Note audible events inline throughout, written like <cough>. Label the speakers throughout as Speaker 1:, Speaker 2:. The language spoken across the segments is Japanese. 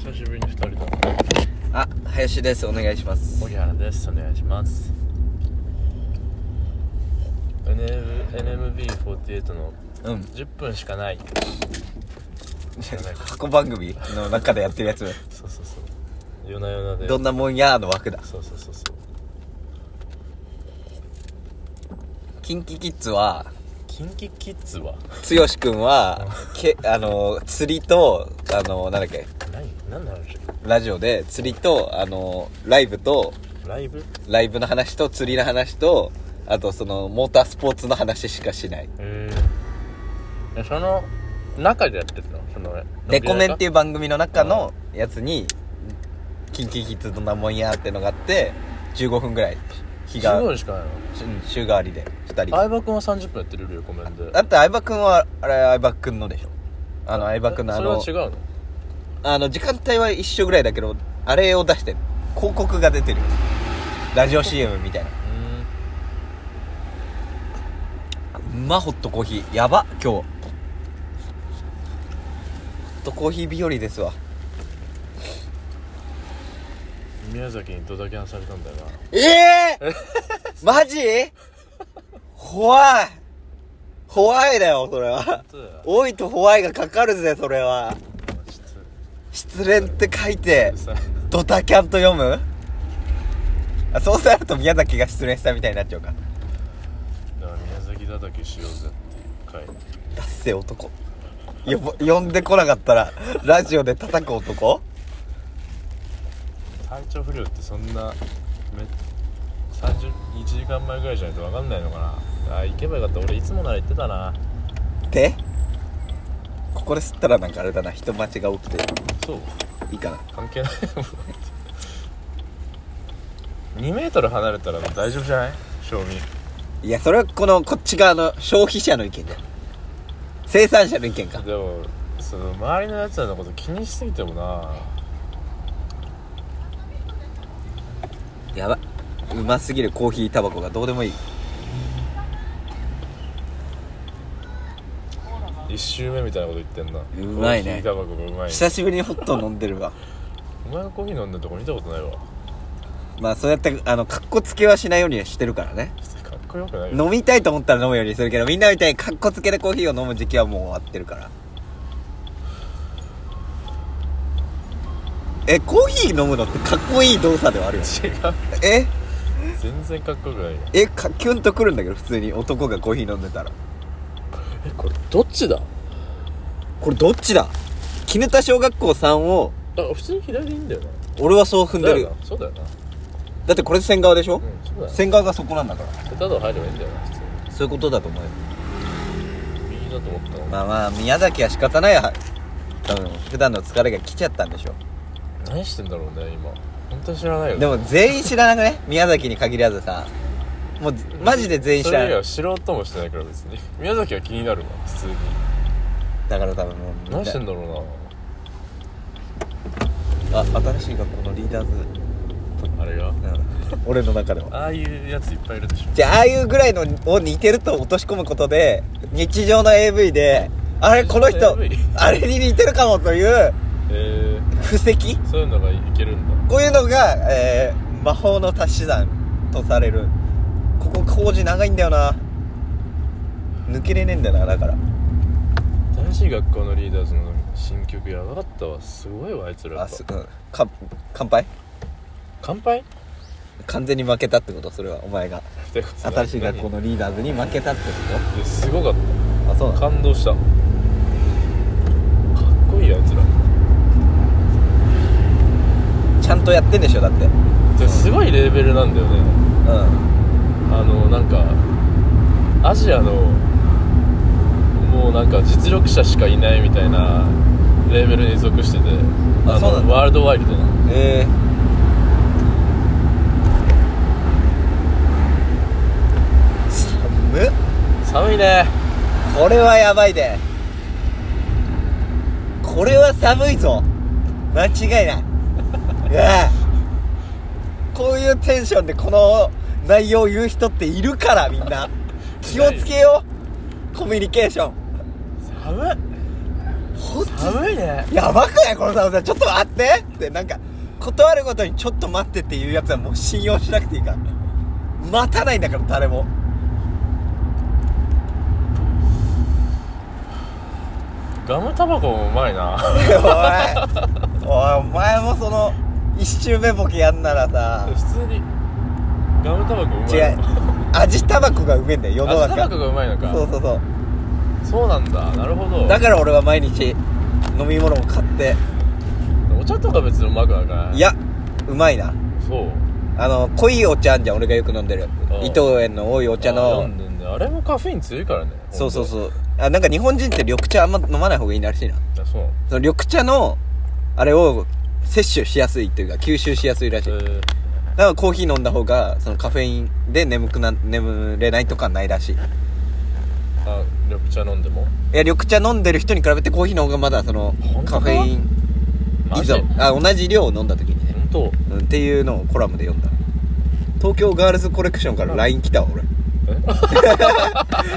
Speaker 1: 久しぶりに二人だ
Speaker 2: あ林ですお願いします
Speaker 1: 荻原ですお願いします NM NMB48 の
Speaker 2: うん
Speaker 1: 10分しかない知らないか
Speaker 2: 箱番組の中でやってるや <laughs> つ
Speaker 1: そうそうそう夜な夜なで
Speaker 2: どんなもんやーの枠だ
Speaker 1: そうそうそうそう
Speaker 2: キンキキッズは
Speaker 1: キンキキッズは
Speaker 2: 剛くんはけあの釣りとあのなんだっけ
Speaker 1: 何何の話
Speaker 2: ラジオで釣りとあのライブと
Speaker 1: ライブ
Speaker 2: ライブの話と釣りの話とあとそのモータースポーツの話しかしない
Speaker 1: えーえその中でやってるのその
Speaker 2: レコメンっていうう番組の中のやつにキンキキッズどんなもんやーってのがあって15分ぐらい日が
Speaker 1: 10分しかないの
Speaker 2: うん週替わりで2人
Speaker 1: 相葉君は30分やってるレコメンで
Speaker 2: だって相葉君はあれ相葉君のでしょあの相葉君のあの
Speaker 1: それは違うの
Speaker 2: あの時間帯は一緒ぐらいだけどあれを出してる広告が出てるラジオ CM みたいな
Speaker 1: うん
Speaker 2: うまホットコーヒーやば今日ホットコーヒー日和ですわ
Speaker 1: 宮崎にドタキャンされたんだよな
Speaker 2: ええー、マジ怖い怖いだよそれは
Speaker 1: そうだよ
Speaker 2: 多いと怖いがかかるぜそれは
Speaker 1: ちょっと
Speaker 2: 失恋って書いて
Speaker 1: うるさい
Speaker 2: ドタキャンと読むあそうなると宮崎が失恋したみたいになっちゃうか
Speaker 1: だから宮崎だけしようぜっていう回
Speaker 2: だっせ男呼ぼ呼んでこなかったらラジオで叩く男
Speaker 1: 体調不良ってそんなめ31時間前ぐらいじゃないと分かんないのかなあー行けばよかった俺いつもなら行ってたな
Speaker 2: でここで吸ったらなんかあれだな人待ちが起きて
Speaker 1: そう
Speaker 2: いいかな
Speaker 1: 関係ない2メートル離れたら大丈夫じゃない賞味
Speaker 2: いやそれはこのこっち側の消費者の意見じゃん生産者の意見か
Speaker 1: でもその周りのやつらのこと気にしすぎてもな
Speaker 2: やばいうますぎるコーヒータバコがどうでもいい
Speaker 1: 1周目みたいなこと言ってんな
Speaker 2: うまいね
Speaker 1: コーヒータバコがうまいね
Speaker 2: 久しぶりにホット飲んでるわ
Speaker 1: お前がコーヒー飲んでるとこ見たことないわ
Speaker 2: まあそうやってあのかっこつけはしないようにはしてるからね
Speaker 1: かっこよくないよ
Speaker 2: 飲みたいと思ったら飲むようにするけどみんなみたいにカッコつけでコーヒーを飲む時期はもう終わってるからえコーヒー飲むのってかっこいい動作ではあるよね
Speaker 1: 違う
Speaker 2: え
Speaker 1: 全然かっこよくないよ
Speaker 2: えかキュンとくるんだけど普通に男がコーヒー飲んでたら
Speaker 1: えこれどっちだ
Speaker 2: これどっちだ絹田小学校さんを
Speaker 1: あ普通に左でいいんだよな
Speaker 2: 俺はそう踏んで
Speaker 1: だ
Speaker 2: る
Speaker 1: よなそうだよな
Speaker 2: だってこれ線側でしょ、
Speaker 1: うんそうだよ
Speaker 2: 線側がそこなんだから
Speaker 1: 下手道入ればいいんだよな普通
Speaker 2: そういうことだと思うよ
Speaker 1: に右だと思ったの、
Speaker 2: まあまあ宮崎は仕方ないや多分普段の疲れが来ちゃったんでしょ
Speaker 1: 何してんだろうね今本当に知らないよ
Speaker 2: でも全員知らなくね宮崎に限らずさもうマジで全員知
Speaker 1: それ
Speaker 2: ら
Speaker 1: 以
Speaker 2: な
Speaker 1: 外
Speaker 2: い
Speaker 1: は知ろうともしてないから別に宮崎は気になるわ普通に
Speaker 2: だから多分もうみんな
Speaker 1: 何してんだろうな
Speaker 2: あ新しい学校のリーダーズ、
Speaker 1: あれが
Speaker 2: うん、俺の中では
Speaker 1: ああいうやついっぱいいるでしょ
Speaker 2: じゃあああいうぐらいのを似てると落とし込むことで日常の AV であれこの人
Speaker 1: AV
Speaker 2: あれに似てるかもという
Speaker 1: え
Speaker 2: 布石
Speaker 1: ー、そういうのがいけるんだ
Speaker 2: こういうのが、えー魔法の足し算とされるここ工事長いんだよな抜けれねえんだよなだから
Speaker 1: 新しい学校のリーダーズの新曲やばかったわすごいわあいつらや
Speaker 2: あ
Speaker 1: っぱ
Speaker 2: す、うん、か乾杯
Speaker 1: 乾杯
Speaker 2: 完全に負けたってことそれはお前が
Speaker 1: ってことだ
Speaker 2: 新しい学校のリーダーズに負けたってこ
Speaker 1: 何いやすごかっ
Speaker 2: とあそう
Speaker 1: た
Speaker 2: なの
Speaker 1: 感動したかっこいいあいつら
Speaker 2: ちゃんとやってんでしょだってう
Speaker 1: ですごいレーベルなんだよね
Speaker 2: ん
Speaker 1: あのなんかアジアのもうなんか実力者しかいないみたいなレーベルに属してて
Speaker 2: あそうなん
Speaker 1: の
Speaker 2: だ
Speaker 1: ワールドワイルドな
Speaker 2: えー、寒っ
Speaker 1: 寒いね
Speaker 2: これはやばいでこれは寒いぞ間違いない <laughs> うわこういうテンションでこの内容を言う人っているからみんな気をつけようコミュニケーション
Speaker 1: 寒っ
Speaker 2: こっち
Speaker 1: 寒いね
Speaker 2: やばくないこの寒さちょっと待ってってなんか断るごとにちょっと待ってっていうやつはもう信用しなくていいから待たないんだから誰も
Speaker 1: ガムタバコもうまい
Speaker 2: <laughs>
Speaker 1: な
Speaker 2: おいおいお前もその一周目ボケやんならさ
Speaker 1: 普通にガムタバコうまい
Speaker 2: 違う味タバコがうめえんだよ世の
Speaker 1: 味
Speaker 2: 中
Speaker 1: タバコがうまいのか
Speaker 2: そうそうそう
Speaker 1: そうなんだなるほど
Speaker 2: だから俺は毎日飲み物を買って
Speaker 1: お茶とか別にうまくはない
Speaker 2: いやうまいな
Speaker 1: そう
Speaker 2: あの濃いお茶あんじゃん俺がよく飲んでる
Speaker 1: うん
Speaker 2: 伊藤園の多いお茶
Speaker 1: あ飲
Speaker 2: の
Speaker 1: んでんだあれもカフェイン強いからね
Speaker 2: そうそう
Speaker 1: う
Speaker 2: そうあなんか日本人って緑茶あんま飲まない方がいいらしいな
Speaker 1: そう
Speaker 2: その緑茶のあれを摂取しやすいというか吸収しやすいらしい
Speaker 1: え
Speaker 2: だ
Speaker 1: ー
Speaker 2: からコーヒー飲んだ方がそのカフェインで眠くな眠れないとかないらしいい
Speaker 1: あ緑茶飲んでも
Speaker 2: や緑茶飲んでる人に比べてコーヒーの方がまだその
Speaker 1: 本当か
Speaker 2: カフェイン依
Speaker 1: マジ
Speaker 2: 存あ同じ量を飲んだ時にね
Speaker 1: 本当
Speaker 2: うんっていうのをコラムで読んだ東京ガールズコレクションから LINE 来たわ
Speaker 1: <laughs>
Speaker 2: 俺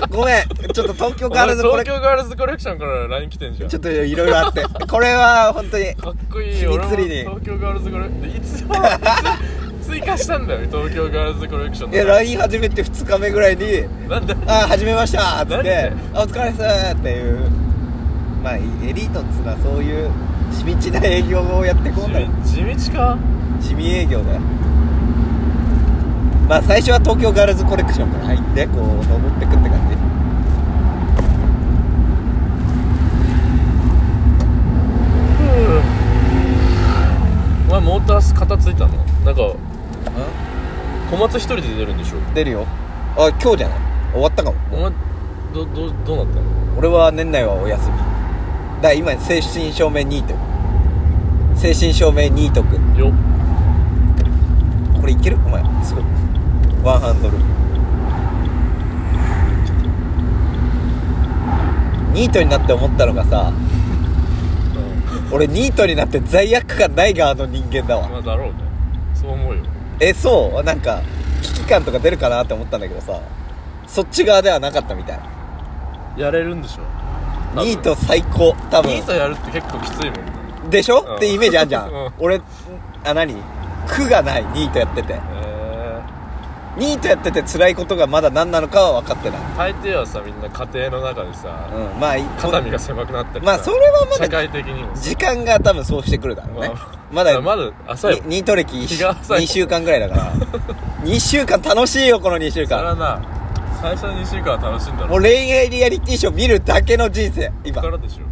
Speaker 2: ごめんちょっと東京ガールズコレ
Speaker 1: 東
Speaker 2: クショ
Speaker 1: 京ガールズコレクションから LINE 来てんじゃ
Speaker 2: ン
Speaker 1: ん
Speaker 2: ちょっといろいろあってこれは本当に
Speaker 1: かっこいい
Speaker 2: 秘密
Speaker 1: 俺も
Speaker 2: 裏に
Speaker 1: 東京ガールズコレクいつもいつ追加したんだよ東京ガールズコレクション
Speaker 2: いや LINE 始めて2日目ぐらいに
Speaker 1: なんで
Speaker 2: 「ああ始めました」っつって
Speaker 1: 何
Speaker 2: 「あお疲れっす」っていうまあエリートっつうのはそういう地道な営業をやってこんだよ
Speaker 1: 地道地道か
Speaker 2: 地味営業だよまあ最初は東京ガールズコレクションから入ってこう登ってくって感じ
Speaker 1: お前モータース肩ついたのなんか小松一人で出るんでしょ
Speaker 2: 出るよあ今日じゃない終わったかも
Speaker 1: お前どどどうなったの
Speaker 2: 俺は年内はお休みだから今精神証明ニート精神証明ニートくん
Speaker 1: よ
Speaker 2: これいけるお前すごいワンハンドルニートになって思ったのがさ俺ニートになって罪悪感ない側の人間だわ
Speaker 1: まあだろうねそう思うよ
Speaker 2: えそうなんか危機感とか出るかなって思ったんだけどさそっち側ではなかったみたい
Speaker 1: やれるんでしょ多分
Speaker 2: ニート最高多分
Speaker 1: ニートやるって結構きついもんね
Speaker 2: でしょ、
Speaker 1: うん
Speaker 2: ってイメージあんじゃん、
Speaker 1: うん
Speaker 2: 俺あ何苦がないニートやってて
Speaker 1: えー
Speaker 2: ニートやってて辛いことがまだ何なのかは分かってない
Speaker 1: 大抵はさみんな家庭の中でさ
Speaker 2: うんまあい
Speaker 1: 肩身が狭くなったりさ
Speaker 2: まあそれはまだ
Speaker 1: 社会的にもさ
Speaker 2: 時間が多分そうしてくるだろうね、まだ
Speaker 1: まだ浅いもん
Speaker 2: ニニート歴
Speaker 1: 日が浅いもん
Speaker 2: 2週間ぐらいだから
Speaker 1: <laughs>
Speaker 2: 2週間楽しいよこの2週
Speaker 1: それは
Speaker 2: 間
Speaker 1: な最初の2週間は楽しいんだろ
Speaker 2: もう恋愛リアリティショー見るだけの人生
Speaker 1: こ
Speaker 2: 今
Speaker 1: っからでしょ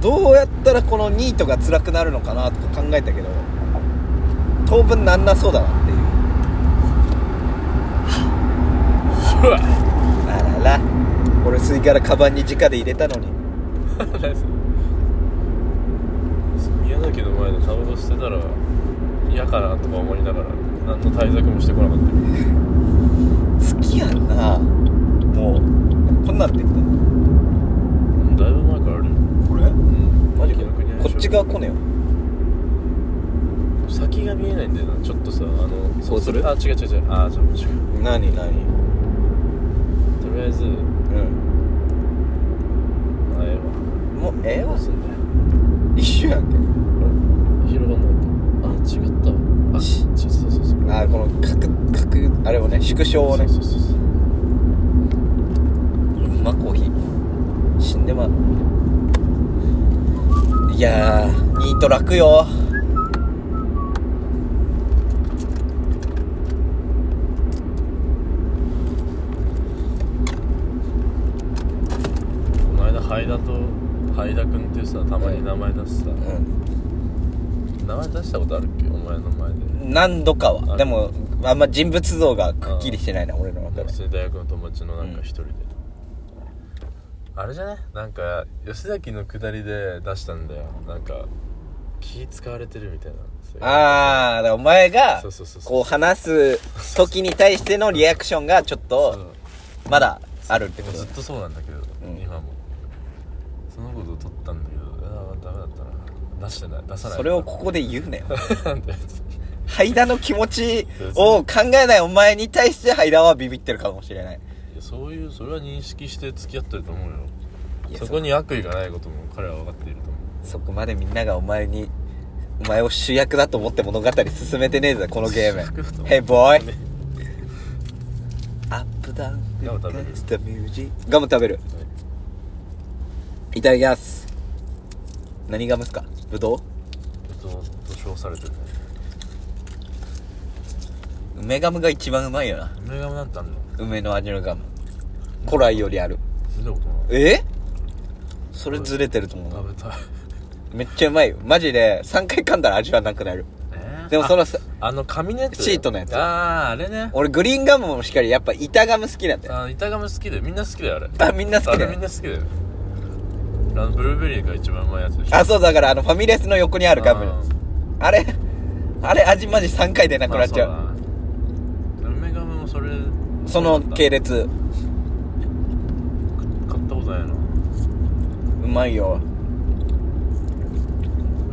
Speaker 2: どうやったらこのニートが辛くなるのかなとか考えたけど当分なんなそうだなっていう
Speaker 1: うわ <laughs>
Speaker 2: あらら俺スイカらカバンに直で入れたのに
Speaker 1: 何それ宮崎の前でタバコ捨てたら嫌かなとか思いながら何の対策もしてこなかったけど
Speaker 2: 好きやんなもうこんなんってきた
Speaker 1: だいぶ前からあるよ
Speaker 2: これ
Speaker 1: うんマジか国
Speaker 2: こっち側来ねよ
Speaker 1: 先が見えないんだよなちょっとさあの
Speaker 2: こうする
Speaker 1: あ違う違う違うああちょっと違う
Speaker 2: 何何
Speaker 1: とりあえず
Speaker 2: うん
Speaker 1: あええ
Speaker 2: もうええ
Speaker 1: わ
Speaker 2: わ
Speaker 1: どうすんだよ
Speaker 2: 一緒やん
Speaker 1: あれ広がんなかったあ違ったわあ
Speaker 2: し
Speaker 1: ちょそうそうそう
Speaker 2: けあこの角角あれをね縮小をね
Speaker 1: そうそうそうそう
Speaker 2: うまコーヒー死んでまういやーニート楽よ
Speaker 1: この間ハイダとハイダ君っていうさたまに名前出すさ、
Speaker 2: う
Speaker 1: 名前出したことあるっけお前の前で
Speaker 2: ん何度かは
Speaker 1: あ
Speaker 2: でもあんま人物像がくっきりしてないな俺の中で
Speaker 1: 吉田大学の友達のなんか一人で、あれじゃねなんか吉崎の下りで出したんだよなんか気使われてるみたいな
Speaker 2: ああだからお前が
Speaker 1: そうそうそうそう
Speaker 2: こう話す時に対してのリアクションがちょっとまだあるって
Speaker 1: で
Speaker 2: こ
Speaker 1: も
Speaker 2: と
Speaker 1: ずっとそうなんだけど、
Speaker 2: うん
Speaker 1: 今もそのことを取ったんだけどああダメだったな出してない出さない
Speaker 2: それをここで言うなよ
Speaker 1: <laughs> なんだよ別に
Speaker 2: ハイダの気持ちを考えないお前に対してハイダはビビってるかもしれない
Speaker 1: いやそういうそれは認識して付き合ってると思うよ
Speaker 2: いや
Speaker 1: そこに悪意がないことも彼は分かっていると思
Speaker 2: そこまでみんながお前にお前を主役だと思って物語進めてねえぞこのゲーム
Speaker 1: 主役だと思 <laughs> って
Speaker 2: Hey boy アップダウン
Speaker 1: ガム食べる
Speaker 2: ガム食べる
Speaker 1: う、はい
Speaker 2: いただきます何ガムっすかぶどう
Speaker 1: どうと称されてるね
Speaker 2: 梅ガムが一番うまいよな
Speaker 1: 梅ガムなんてあんの
Speaker 2: 梅の味のガム古来よりある
Speaker 1: 見たことない
Speaker 2: えそれずれてると思うな
Speaker 1: 食べたい
Speaker 2: めっちゃうまいよマジで3回噛んだら味はなくなる
Speaker 1: えー
Speaker 2: でもそ
Speaker 1: <laughs>
Speaker 2: のさ
Speaker 1: ああの紙のやつ
Speaker 2: シートのやつ
Speaker 1: あああれね
Speaker 2: 俺グリーンガムもしっかりやっぱ板ガム好きなんだよ
Speaker 1: あ板ガム好きでみんな好きだよあれ
Speaker 2: あみんな好きだ
Speaker 1: あれみん
Speaker 2: よ
Speaker 1: な好きだよあのブルーベリーが一番うまいやつでしょ
Speaker 2: あそうだからあのファミレスの横にあるガム
Speaker 1: あ
Speaker 2: あれあれ味マジ3回でな
Speaker 1: ー
Speaker 2: くなっちゃう,、
Speaker 1: まあそうだな梅ガムもそれ
Speaker 2: その系列
Speaker 1: 買ったことないな
Speaker 2: うまいよ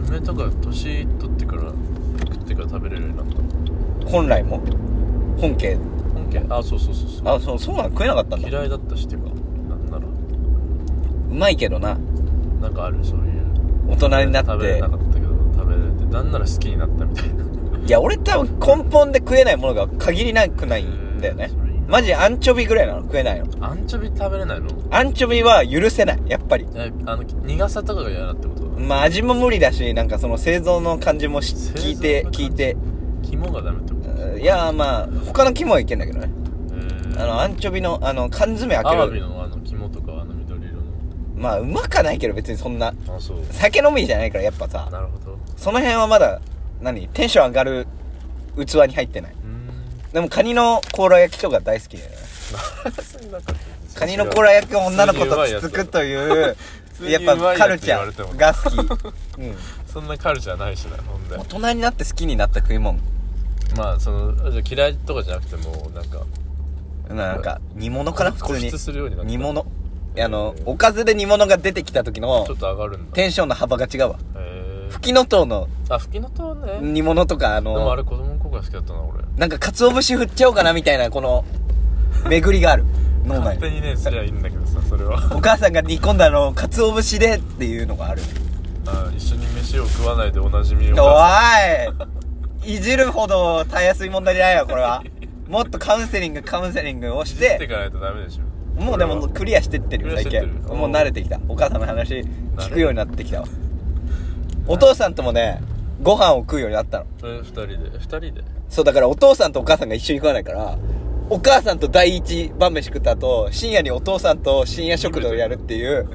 Speaker 1: 梅とか年取ってから食ってから食べれるようになっ
Speaker 2: 本来も本家
Speaker 1: た本家あそうそうそうそう
Speaker 2: あそうそうなの食えなかったんだ
Speaker 1: 嫌いだったしてかなんなら
Speaker 2: うまいけどな
Speaker 1: なんかあるそういう
Speaker 2: 大人になっ
Speaker 1: 食べれ
Speaker 2: て
Speaker 1: なかったけど食べれてなんなら好きになったみたいない
Speaker 2: や俺多分根本で食えないものが限りなくないんだよ
Speaker 1: へ
Speaker 2: ね
Speaker 1: ーそれいいな
Speaker 2: マジアンチョビぐらいなの食えないの
Speaker 1: アンチョビ食べれないの
Speaker 2: アンチョビは許せないやっぱり
Speaker 1: えあの苦さとかが嫌だってこと
Speaker 2: まあ味も無理だしなんかその製造の感じもし
Speaker 1: 製造の
Speaker 2: 聞いて
Speaker 1: 感じ
Speaker 2: 聞いて
Speaker 1: 肝がダメってこと
Speaker 2: うんいやまあ他の肝はいけんだけどね
Speaker 1: えー
Speaker 2: あのアンチョビのあの缶詰開
Speaker 1: アワ
Speaker 2: け
Speaker 1: ビ
Speaker 2: る
Speaker 1: のあの肝とかあの緑色
Speaker 2: まあうまかないけど別にそんな
Speaker 1: のあそう
Speaker 2: 酒飲みじゃないからやっぱさ
Speaker 1: なるほどう
Speaker 2: その辺はまだ何テンション上がる器に入ってない
Speaker 1: ーん
Speaker 2: でもカニの甲羅焼きとか大好きだよね
Speaker 1: なんか
Speaker 2: カニの甲羅焼きを女の子とつつくという
Speaker 1: 普通に
Speaker 2: やっぱカルチャ
Speaker 1: うまい
Speaker 2: ー
Speaker 1: や
Speaker 2: が好き、
Speaker 1: <laughs>
Speaker 2: うん、
Speaker 1: そんなカルチャーないしなほんで
Speaker 2: 大人になって好きになった食い物
Speaker 1: まあそのじゃあ嫌いとかじゃなくてもなんか
Speaker 2: なんか煮物かな普
Speaker 1: 固
Speaker 2: 通に
Speaker 1: 執するようになった
Speaker 2: 煮物
Speaker 1: えー
Speaker 2: あのおかずで煮物が出てきた時の
Speaker 1: ちょっと上がるんだへ
Speaker 2: テンションの幅が違うわ
Speaker 1: え
Speaker 2: フキノトウの
Speaker 1: あフキノトウね
Speaker 2: 煮物とかあ
Speaker 1: でもあれ
Speaker 2: の
Speaker 1: 子供の頃から好きだったな俺
Speaker 2: なんか鰹節振っちゃおうかなみたいなこの巡りが
Speaker 1: <laughs>
Speaker 2: ある脳内
Speaker 1: 勝手に
Speaker 2: に
Speaker 1: ねすりゃいいんだけどさそれは
Speaker 2: <laughs> お母さんが煮込んだのを鰹節でっていうのがある
Speaker 1: あ一緒に飯を食わないでおなじみ
Speaker 2: お
Speaker 1: お母
Speaker 2: いいじるほどたやすい問題じゃないよこれはもっとカウンセリングカウンセリングをし
Speaker 1: さんって
Speaker 2: て
Speaker 1: かないとダメでしょ
Speaker 2: もうで
Speaker 1: これ
Speaker 2: も
Speaker 1: は
Speaker 2: クリアしてってる
Speaker 1: ク
Speaker 2: よ
Speaker 1: リア
Speaker 2: 最
Speaker 1: してっ
Speaker 2: 近
Speaker 1: てる
Speaker 2: もう慣れてきたお母さんの話聞くようになってきたわお
Speaker 1: ほど
Speaker 2: 父さんともねご飯を食うようになったの
Speaker 1: え二人で二人で
Speaker 2: そうだからお父さんとお母さんが一緒に食わないからお母さんと第一晩飯食った後深夜にお父さんと深夜食堂をやるっていう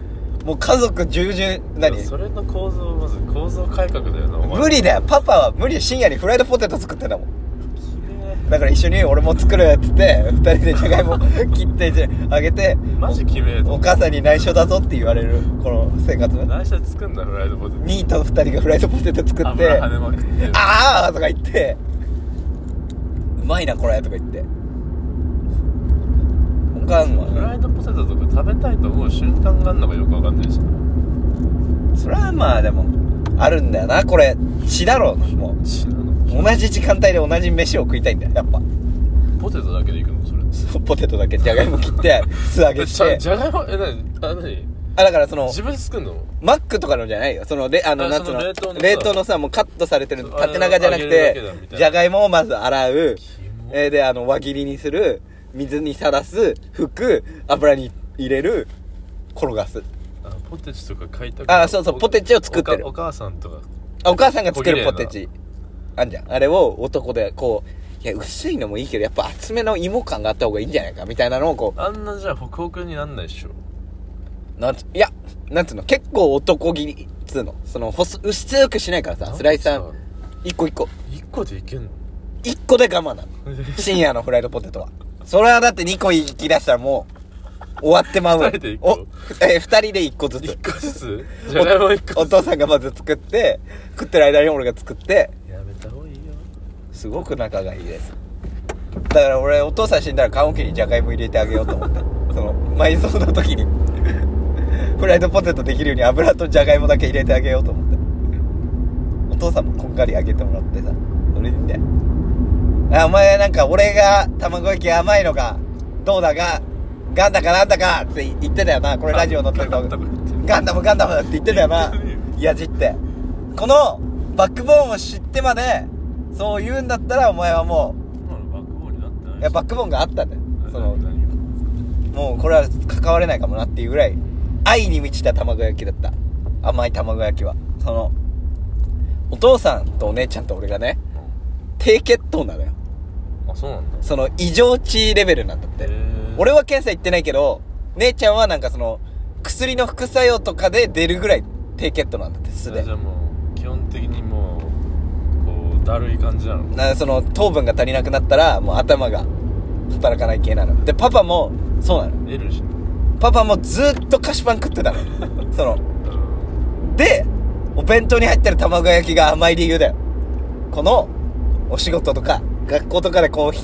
Speaker 2: もう家族従順何
Speaker 1: それの構造まず構造改革だよなお前
Speaker 2: 無理だよパパは無理深夜にフライドポテト作ってんだもん
Speaker 1: 君ね
Speaker 2: だから一緒に俺も作るっつって二人でじゃがいも切ってじゃあげて
Speaker 1: マジ決めえ
Speaker 2: お
Speaker 1: と
Speaker 2: 母さんに内緒だぞって言われるこの生活
Speaker 1: 何して作んだフライドポテト
Speaker 2: ニート二人がフライドポテト作って
Speaker 1: 油跳ねまくって
Speaker 2: あーとか言ってうまいなこれとか言っておかん
Speaker 1: フラ
Speaker 2: は
Speaker 1: イドポテトとか食べたいと思う瞬間があるのかよくわかんないし
Speaker 2: それはまあでもあるんだよなこれ血だろうなもう
Speaker 1: 死なの
Speaker 2: 同じ時間帯で同じ飯を食いたいんだよやっぱ
Speaker 1: ポテトだけでいくのそれ
Speaker 2: そうポテトだけじゃがいも切って素揚げし
Speaker 1: じゃ
Speaker 2: て
Speaker 1: じゃがいもえなあ何
Speaker 2: あだからその
Speaker 1: 自分で作んの
Speaker 2: マックとかのじゃないよそのであの
Speaker 1: あ
Speaker 2: 夏の
Speaker 1: その冷凍のさ
Speaker 2: 冷凍のさもうカットされてる
Speaker 1: そう
Speaker 2: 縦長じゃなく
Speaker 1: あれを揚げるだけだみ
Speaker 2: て
Speaker 1: たいな
Speaker 2: じゃがいもをまず洗う
Speaker 1: モ
Speaker 2: えーであの輪切りにする水にさらす拭く油に入れる転がす
Speaker 1: あポテチとか買いたく
Speaker 2: あそうそうポテチを作ってる
Speaker 1: おかお母さんとか
Speaker 2: あお母さんが作るポ
Speaker 1: 小切
Speaker 2: テ
Speaker 1: れな
Speaker 2: チあんじゃんあれを男でこういや薄いのもいいけどやっぱ厚めの芋感があった方がいいんじゃないかみたいなのをこ
Speaker 1: あんなじゃあホクホクになんないでしょ
Speaker 2: うなんついやなんつうの結構男切りっつうのその細薄くしないからさスライサー一個一個
Speaker 1: 1個でいけんの
Speaker 2: 一個で我慢なの
Speaker 1: 2
Speaker 2: 深夜のフライドポテトは。それはだって2個行き出したらもう、終わってまうわ。
Speaker 1: 二人で一個
Speaker 2: おえー、二人で1個ずつ。
Speaker 1: 個ずつじゃがいも1個
Speaker 2: お父さんがまず作って、食ってる間に俺が作って、
Speaker 1: やめた方がいいよ
Speaker 2: すごく仲がいいです。だから俺、お父さん死んだら缶オケにじゃがいも入れてあげようと思って。その、埋葬の時に。フライドポテトできるように油とじゃがいもだけ入れてあげようと思って。お父さんもこんがりあげてもらってさ。それでいいんだよ。あお前なんか俺が卵焼き甘いのか、どうだが、ガンダかなんだかって言ってたよなこれラジオの時
Speaker 1: ガ
Speaker 2: の
Speaker 1: ンダムって
Speaker 2: ガンダムガンダムって言ってたよ <laughs> な
Speaker 1: 言ってね
Speaker 2: いやじってこのバックボーンを知ってまでそう言うんだったらお前はも
Speaker 1: 今のバックボーンになってな
Speaker 2: う
Speaker 1: い
Speaker 2: いやバックボーンがあったんだよ
Speaker 1: 何
Speaker 2: その
Speaker 1: 何が
Speaker 2: もうこれは関われないかもなっていうぐらい愛に満ちた卵焼きだった甘い卵焼きはそのお父さんとお姉ちゃんと俺がね低血糖なのよ
Speaker 1: あそうなんだ
Speaker 2: その異常値レベルなんだって
Speaker 1: へー
Speaker 2: 俺は検査行ってないけど姉ちゃんはなんかその薬の副作用とかで出るぐらい低血糖なんだってすで
Speaker 1: じゃあもう基本的にもうこうだるい感じなの
Speaker 2: なその糖分が足りなくなったらもう頭が働かない系なのでパパもそうなの
Speaker 1: L じゃん
Speaker 2: パパもずっと菓子パン食ってたの <laughs> そのでお弁当に入ってる卵焼きが甘い理由だよこのお仕事とか学校とかでこうひ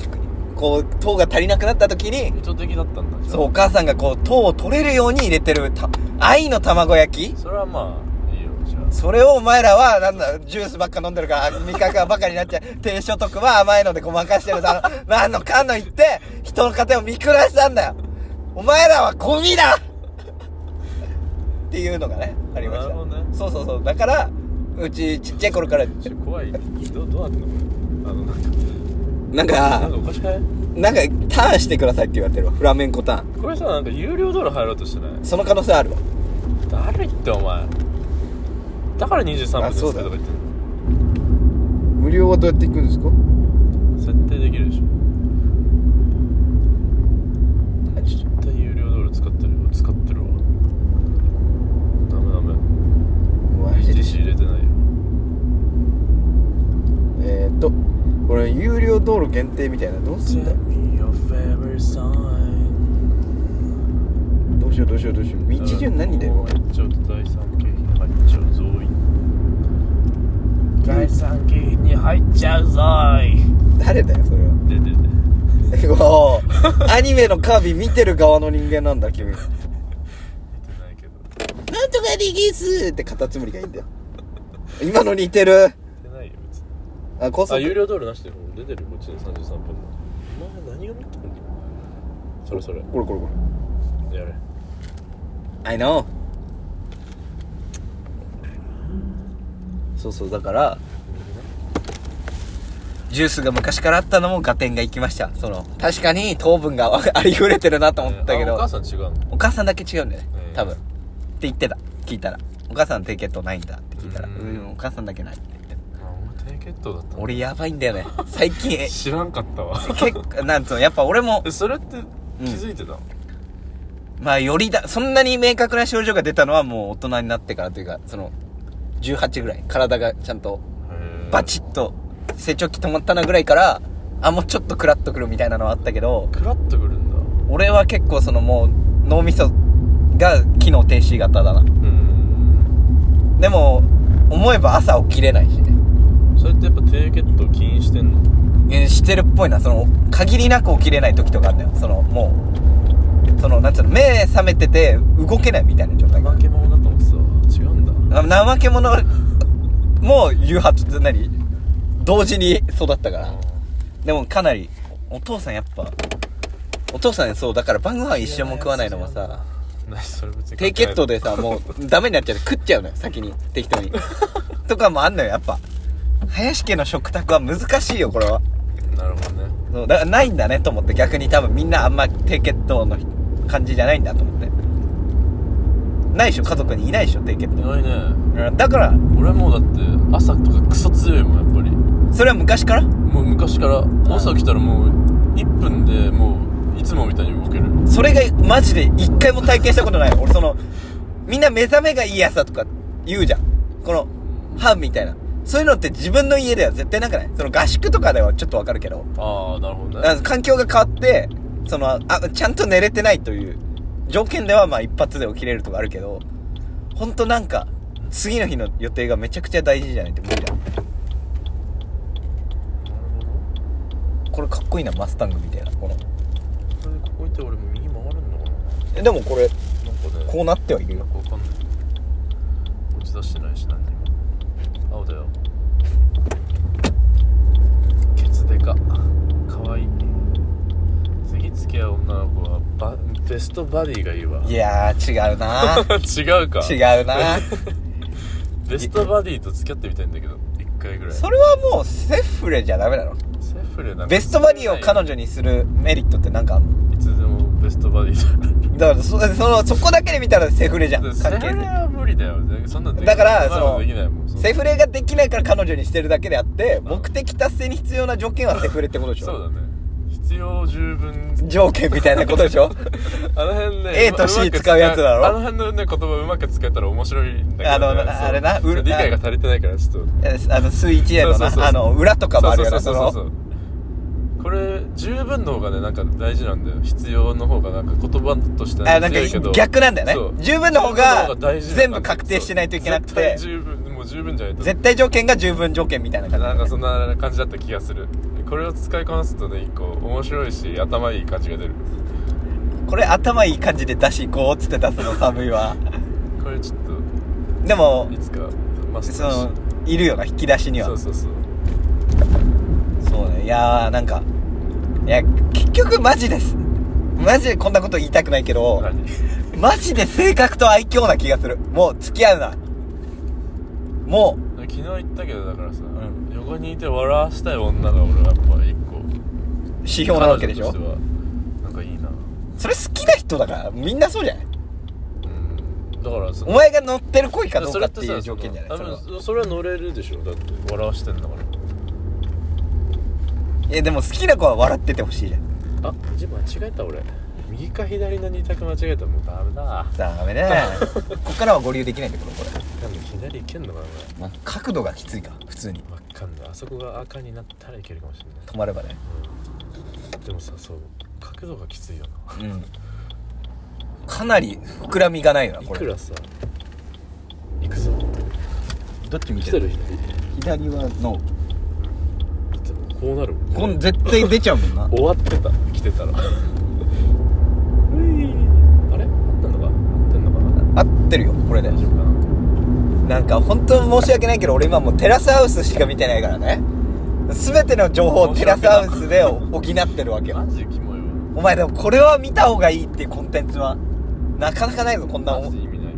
Speaker 2: こう糖が足りなくなった時に
Speaker 1: 意図的だったんだじゃあ
Speaker 2: そうお母さんがこう糖を取れるように入れてるた愛の卵焼き
Speaker 1: それはまあいいよじゃ
Speaker 2: それをお前らはなんだジュースばっか飲んでるから味覚がバカになっちゃう <laughs> 低所得は甘いのでごまかしてるだろ何の <laughs> かんの言って人の家庭を見下したんだよお前らはゴミだ <laughs> っていうのがねありまし
Speaker 1: なる
Speaker 2: た、
Speaker 1: ほどね
Speaker 2: そうそうそうだからうちちっちゃい頃から
Speaker 1: あちょ怖いどどうなってんのこれあのなんか
Speaker 2: なん
Speaker 1: なん
Speaker 2: か
Speaker 1: かおかしくない
Speaker 2: なんかターンしてくださいって言われてるわフラメンコターン
Speaker 1: これさなんか有料道路入ろうとしてない
Speaker 2: その可能性あるわ
Speaker 1: だるいってお前だから23分
Speaker 2: あ
Speaker 1: です
Speaker 2: そ
Speaker 1: け
Speaker 2: うだ
Speaker 1: どとか言ってんの
Speaker 2: 無料はどうやっていくんですか
Speaker 1: 設定できるでしょ絶対有料道路使ってるわ使ってるわダメダメ
Speaker 2: マジで
Speaker 1: ETC 入れてないよ
Speaker 2: えー、っとこれ有料道路限定みたいなどうすんだ
Speaker 1: me your favorite sign
Speaker 2: どうしようどうしようどうしよう道順何だよ
Speaker 1: 入っちゃうと第三景品入っちゃうぞい
Speaker 2: 第
Speaker 1: 三景品に入っちゃうぞい
Speaker 2: 誰だよそれ <laughs> は
Speaker 1: 出てて
Speaker 2: おーアニメのカービィ見てる側の人間なんだ君なん
Speaker 1: 出てないけど
Speaker 2: とかリギスってカタツムリがいいんだよ今の似てる
Speaker 1: 出てないよ別に
Speaker 2: あ高
Speaker 1: あ
Speaker 2: 速
Speaker 1: 有料道路なしでもう出てるこっちで33分のお前何が見てくるのそれそれ
Speaker 2: これこれこれ
Speaker 1: やれ
Speaker 2: I know そうそうだからジュースが昔からあったのもガテンが行きましたその確かに糖分が <laughs> ありふれてるなと思ったけ
Speaker 1: あ
Speaker 2: ど、
Speaker 1: お母さん違うの
Speaker 2: お母さんだけ違うんだよね、
Speaker 1: えー
Speaker 2: 多分って言ってた聞いたらお母さん低血糖ないんだって聞いたらう
Speaker 1: うん
Speaker 2: んお母さんだけないって言ってる
Speaker 1: あお前低血糖だったの
Speaker 2: 俺やばいんだよね最近え
Speaker 1: 知らんかったわ
Speaker 2: 結構なんつうのやっぱ俺も
Speaker 1: えそれって気づいてた、
Speaker 2: まあよりだそんなに明確な症状が出たのはもう大人になってからというかその18ぐらい体がちゃんと
Speaker 1: へー
Speaker 2: バチッと成長期止まったなぐらいからあもうちょっとクラッとくるみたいなのはあったけど
Speaker 1: クラッとくるんだ
Speaker 2: 俺は結構そのもう脳みそが機能停止型だな
Speaker 1: うん
Speaker 2: でも思えば朝起きれないしね
Speaker 1: それってやっぱ低血糖起因してんの
Speaker 2: えしてるっぽいなその限りなく起きれない時とかあるんだよそのもうそのなんつうの目覚めてて動けないみたいな状態が
Speaker 1: 怠け者だと思ってたわ違うんだ
Speaker 2: あ怠け者も誘発って何同時に育ったからでもかなりお父さんやっぱお父さんそうだから晩ご飯一緒も食わないのもさ
Speaker 1: 何 <laughs> それ別に
Speaker 2: 低血糖でさもうダメになっちゃう食っちゃうのよ先に適当にとかもあんのよやっぱ林家の食卓は難しいよこれは
Speaker 1: なるほどね
Speaker 2: そうだからないんだねと思って逆に多分みんなあんま低血糖の感じじゃないんだと思ってないでしょ家族にいないでしょ低血
Speaker 1: い
Speaker 2: 糖
Speaker 1: ないね
Speaker 2: だから
Speaker 1: 俺もうだって朝とかクソ強いもんやっぱり
Speaker 2: それは昔から
Speaker 1: もう昔から朝起きたらもう1分でもういつもみたいに動ける
Speaker 2: それがマジで一回も体験したことないの俺そのみんな目覚めがいい朝とか言うじゃんこのハンみたいなそういうのって自分の家では絶対なくないその合宿とかではちょっとわかるけど
Speaker 1: ああなるほど
Speaker 2: あ
Speaker 1: ね
Speaker 2: の環境が変わってそのあちゃんと寝れてないという条件ではまあ一発で起きれるとかあるけどほんとなんか次の日の予定がめちゃくちゃ大事じゃないと無理だこれかっこいいなマスタングみたいなこ
Speaker 1: これ
Speaker 2: の
Speaker 1: でここ行って俺右回るのかな
Speaker 2: えでもこれ
Speaker 1: なんかね
Speaker 2: こうなってはいる
Speaker 1: な
Speaker 2: よ
Speaker 1: んかわかんない落ち出してないし何にも青だよケツデカかわいい次付き合う女の子はバベストバディがいいわ
Speaker 2: いやー違うな <laughs>
Speaker 1: 違うか
Speaker 2: 違うな
Speaker 1: ベストバディと付き合ってみたいんだけど一回ぐらい
Speaker 2: それはもうセフレじゃダメなの
Speaker 1: セフレなんか
Speaker 2: ベストバディを彼女にするメリットってなんかあんの
Speaker 1: いつでもベストバディだ
Speaker 2: だからそそのそこだけで見たらセフレじゃん
Speaker 1: そ
Speaker 2: 関
Speaker 1: れ
Speaker 2: 係性
Speaker 1: は無理だよそんなんできない
Speaker 2: だから
Speaker 1: んな
Speaker 2: その
Speaker 1: できないもんそんな
Speaker 2: セフレができないから彼女にしてるだけであって目的達成に必要な条件はセフレってことでし
Speaker 1: そう
Speaker 2: ょ
Speaker 1: だね必要十分
Speaker 2: 条件みたいなことで
Speaker 1: <laughs>
Speaker 2: しょ
Speaker 1: あの辺ね
Speaker 2: A と C 使うやつだろ
Speaker 1: あの辺のね言葉うまく使えたら面白いんだけどね
Speaker 2: あのな
Speaker 1: そう
Speaker 2: あれなう
Speaker 1: 理解が足りてないからちょっと
Speaker 2: えあのスイーチエの
Speaker 1: そうそうそう
Speaker 2: なあの裏とかもあるよな
Speaker 1: そ
Speaker 2: そう
Speaker 1: そうそうそう
Speaker 2: の
Speaker 1: そうこれ十分の方がねなんか大事なんだよ必要の方がなんか言葉として
Speaker 2: あなんか
Speaker 1: 強いけど
Speaker 2: 逆なんだ
Speaker 1: そ
Speaker 2: よ
Speaker 1: う
Speaker 2: ね十分の方
Speaker 1: 十
Speaker 2: が
Speaker 1: 分の方大事だから
Speaker 2: 全部確定してないといけなく
Speaker 1: そう
Speaker 2: て
Speaker 1: 絶対十分もう十分じゃないと
Speaker 2: 絶対条件が十分条件みたいな感じ
Speaker 1: なんかそんな感じだった気がするこれを使いこなすとね一個面白いし頭いい感じが出る
Speaker 2: これ頭いい感じで出し行こうっつって出すの寒い
Speaker 1: <laughs>
Speaker 2: わ
Speaker 1: これちょっ
Speaker 2: でも
Speaker 1: といつかマス
Speaker 2: そ
Speaker 1: ター
Speaker 2: のいるよな引き出しに
Speaker 1: し
Speaker 2: は
Speaker 1: そうそうそう
Speaker 2: そうねいやーなんかいや結局マジですマジでこんなこと言いたくないけど
Speaker 1: 何
Speaker 2: マジで性格と愛嬌な気がするもう付き合うなもう
Speaker 1: 昨日言ったけどだからさ、
Speaker 2: ん
Speaker 1: 横にいて笑わしたい女が俺はやっぱ一個
Speaker 2: 指標なわけでし
Speaker 1: 彼女
Speaker 2: ょ
Speaker 1: とてはなんかいいな
Speaker 2: それ好きな人だからみんなそうじゃない
Speaker 1: うんだからそ
Speaker 2: お前が乗ってる恋かどう
Speaker 1: そ
Speaker 2: か
Speaker 1: れ
Speaker 2: っていう条件じゃない
Speaker 1: 多
Speaker 2: それは
Speaker 1: 分それは乗れるでしょだって笑わしてんだから
Speaker 2: いやでも好きな子は笑っててほしいじゃん
Speaker 1: あ字間違えた俺右か左の二択間違えたもうダメだ
Speaker 2: ダメね
Speaker 1: <laughs>
Speaker 2: こっからは合流できないんだけどこれ、
Speaker 1: 多分左いけんのかなこれ
Speaker 2: まあ、角度がきついか普通に
Speaker 1: わかんないあそこが赤になったらいけるかもしれない
Speaker 2: 止まればね
Speaker 1: でもさそう角度がきついよな
Speaker 2: うんかなり膨らみがないよないこ
Speaker 1: く
Speaker 2: れ
Speaker 1: らさ行くぞ
Speaker 2: どっち見
Speaker 1: 来てる左だ
Speaker 2: 左はの
Speaker 1: ってもうこうなるもん
Speaker 2: こん絶対出ちゃうもんな
Speaker 1: 終わってた来てた
Speaker 2: <laughs>
Speaker 1: らういあれ合ってんのか合ってんのかな
Speaker 2: 合ってるよこれで
Speaker 1: 大丈夫かな
Speaker 2: なんか本当申し訳ないけど俺今もうテラスハウスしか見てないからね全ての情報をテラスハウスで補ってるわけよ
Speaker 1: マジキモいわ
Speaker 2: お前でもこれは見た方がいいっていうコンテンツはなかなかないぞこんな
Speaker 1: マ
Speaker 2: も
Speaker 1: ジ
Speaker 2: ん
Speaker 1: 意味ない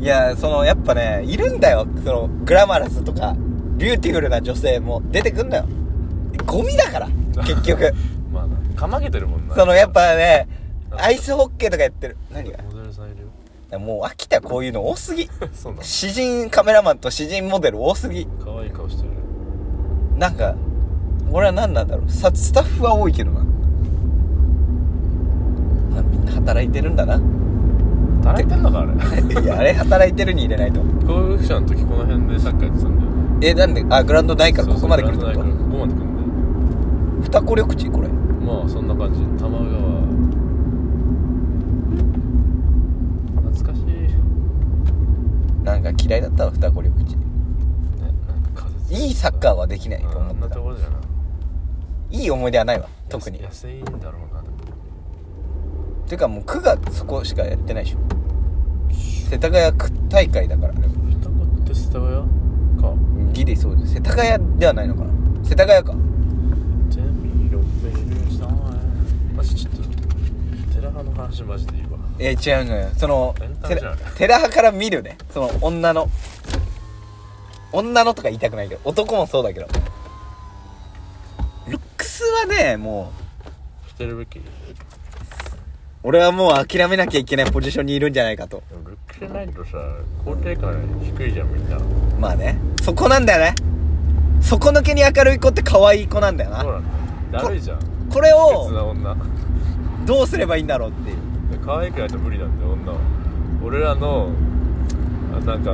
Speaker 2: いやそのやっぱねいるんだよそのグラマラスとかビューティフルな女性も出てくんだよゴミだから結局
Speaker 1: まあなか <laughs> まげてるもんな
Speaker 2: そのやっぱねアイスホッケーとかやってる何が
Speaker 1: モデルさんい
Speaker 2: <laughs>
Speaker 1: るよ
Speaker 2: もう飽きたこういうの多すぎ
Speaker 1: そうな
Speaker 2: 詩人カメラマンと詩人モデル多すぎ
Speaker 1: の可愛い顔してる
Speaker 2: なんか俺は何なんだろうさスタッフは多いけどなあみんな働いてるん
Speaker 1: <laughs>
Speaker 2: だな
Speaker 1: 働いてんのかあ
Speaker 2: <laughs>
Speaker 1: れ
Speaker 2: いやあれ働いてるに入れないと
Speaker 1: 高学者の時この辺でサッカーやってたんだよね
Speaker 2: えなんであグラウンドないから
Speaker 1: そう
Speaker 2: こ
Speaker 1: そう
Speaker 2: こまで来るって
Speaker 1: グ
Speaker 2: こ
Speaker 1: ラウンドないからここまで来るん
Speaker 2: と二子緑地これ
Speaker 1: だよまあそんな感じ玉川懐かしいね
Speaker 2: なんか嫌いだったわ二子緑地
Speaker 1: なんか風強
Speaker 2: いいサッカーはできないと思
Speaker 1: う
Speaker 2: っ
Speaker 1: んあん
Speaker 2: て
Speaker 1: な
Speaker 2: た
Speaker 1: ところだよない
Speaker 2: い思い出はないわ特に
Speaker 1: 安安いんだろうなでも
Speaker 2: てかもう区がそこしかやってないでしょ世田谷区大会だからあれは
Speaker 1: 双子って世田谷か
Speaker 2: ギリそうです世田谷ではないのかな世田谷か
Speaker 1: テミロフェルさんマジちょっと寺派の話マジでいいわ
Speaker 2: えー違うのよその
Speaker 1: エンタメ
Speaker 2: テ
Speaker 1: じゃん
Speaker 2: ラテラハから見るねその女の女のとか言いたくないけど男もそうだけどルックスはねもう
Speaker 1: 捨てるべきで
Speaker 2: 俺はもう諦めなきゃいけないポジションにいるんじゃないかと
Speaker 1: もルックスないとさ肯定感低いじゃんみんなそう
Speaker 2: まあねそこなんだよね底抜けに明るい子って可愛い子なんだよな
Speaker 1: なんだよだるいじゃん不
Speaker 2: これ
Speaker 1: 潔
Speaker 2: を
Speaker 1: な女
Speaker 2: どうすればいいんだろうっていう
Speaker 1: 可愛くないと無理なんだよ女は俺らのあなんか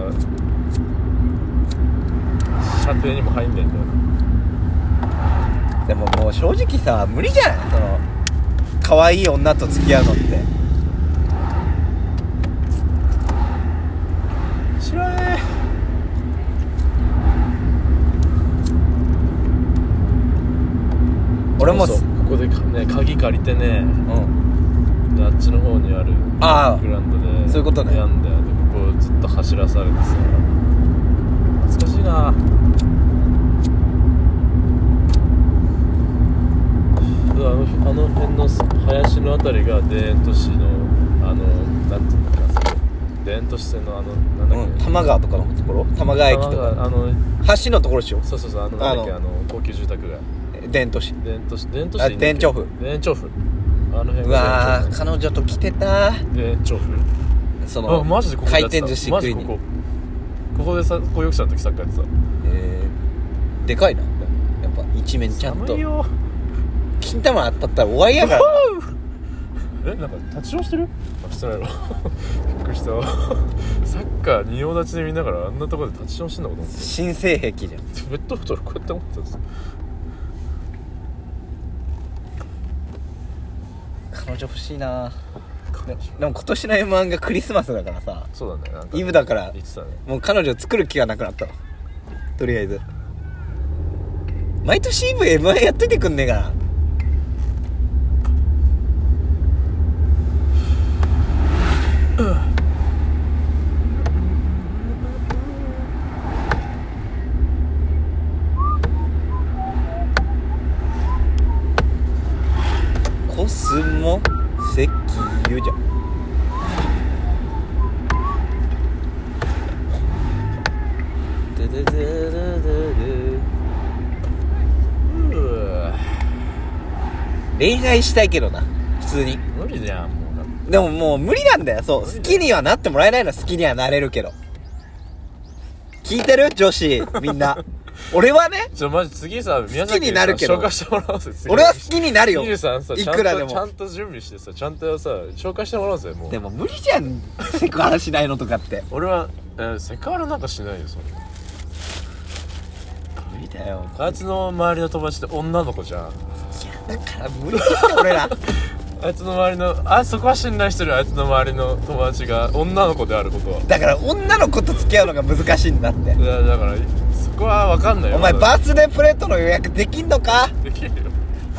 Speaker 1: 射程にも入んねえんだよ
Speaker 2: でももう正直さ無理じゃないその可愛い女と付き合うのって
Speaker 1: 知らね
Speaker 2: 俺も
Speaker 1: そうここでかね鍵借りてね
Speaker 2: うん
Speaker 1: であっちの方にある
Speaker 2: ああ
Speaker 1: グラウンドで
Speaker 2: そういうことね
Speaker 1: やんだよでここずっと走らされてさ懐かしいなうわあの日あの辺の林のあたりが田園都市のあのなんていうんだっけなそこ田園都市線のあのなんだっ
Speaker 2: う
Speaker 1: け、
Speaker 2: ん、多摩川とかのところ多摩川駅と
Speaker 1: あ
Speaker 2: か
Speaker 1: あの
Speaker 2: 橋のところでしょ
Speaker 1: そうそうそうあのなんだっけ
Speaker 2: あ
Speaker 1: あの高級住宅街
Speaker 2: 伝都市
Speaker 1: 田園都市田園都市でいいんだっけ
Speaker 2: あ田園調布
Speaker 1: 田園調布あの辺
Speaker 2: うわー彼女と来てた
Speaker 1: 田園調布
Speaker 2: そ
Speaker 1: あ
Speaker 2: の
Speaker 1: マジでここで
Speaker 2: 回
Speaker 1: やって
Speaker 2: 転
Speaker 1: た
Speaker 2: 寿司
Speaker 1: マ
Speaker 2: 食
Speaker 1: ジ
Speaker 2: い
Speaker 1: こ
Speaker 2: に
Speaker 1: こここでさ高揚者の時サッカーやってた
Speaker 2: えーでかいなやっぱ一面ちゃんと
Speaker 1: 寒いよ
Speaker 2: 金玉当たったら終わりやからな
Speaker 1: えなんか立ち往してるあしてないのびっくりしたサッカー仁王立ちで見ながらあんなところで立ち往してんのかと思っ
Speaker 2: 新性癖じゃん
Speaker 1: てペットボトルこうやって持ってたんですよ
Speaker 2: 彼女欲しいな
Speaker 1: 彼女
Speaker 2: でも今年の m 1がクリスマスだからさ
Speaker 1: そうだねなんか
Speaker 2: イブだから
Speaker 1: 言ってたね
Speaker 2: もう彼女作る気がなくなったわとりあえず毎年イブ m 1やっといてくんねえかなコスモ石油じゃん
Speaker 1: ででででででうわ
Speaker 2: 恋愛したいけどな普通に
Speaker 1: 無理じゃんもうだって
Speaker 2: でももう無理なんだよそう好きにはなってもらえないの好きにはなれるけど聞いてる女子みん
Speaker 1: <laughs>
Speaker 2: な俺はね
Speaker 1: ちょマジ次さ宮
Speaker 2: 好
Speaker 1: 崎
Speaker 2: きになるけど
Speaker 1: 紹介してもらおうぜ次
Speaker 2: 俺は好きになるよ
Speaker 1: ゆうさんさ
Speaker 2: いくらでも
Speaker 1: ちゃんとちゃんと準備してさちゃんとさ紹介してもらおうぜもう
Speaker 2: でも無理じゃんセクハラしないのとかって
Speaker 1: 俺は、えーセクハラなんかしないよそれ
Speaker 2: 無理だよ
Speaker 1: あいつの周りの友達って女の子じゃん
Speaker 2: いやだから無理だって俺ら
Speaker 1: あいつの周りのあそこは信頼してるあいつの周りの友達が女の子であることは
Speaker 2: だから女の子と付き合うのが難しいんだって
Speaker 1: だだからそこは分かんないよ
Speaker 2: お前
Speaker 1: まだ
Speaker 2: バースデープレートの予約できんのか
Speaker 1: できるよ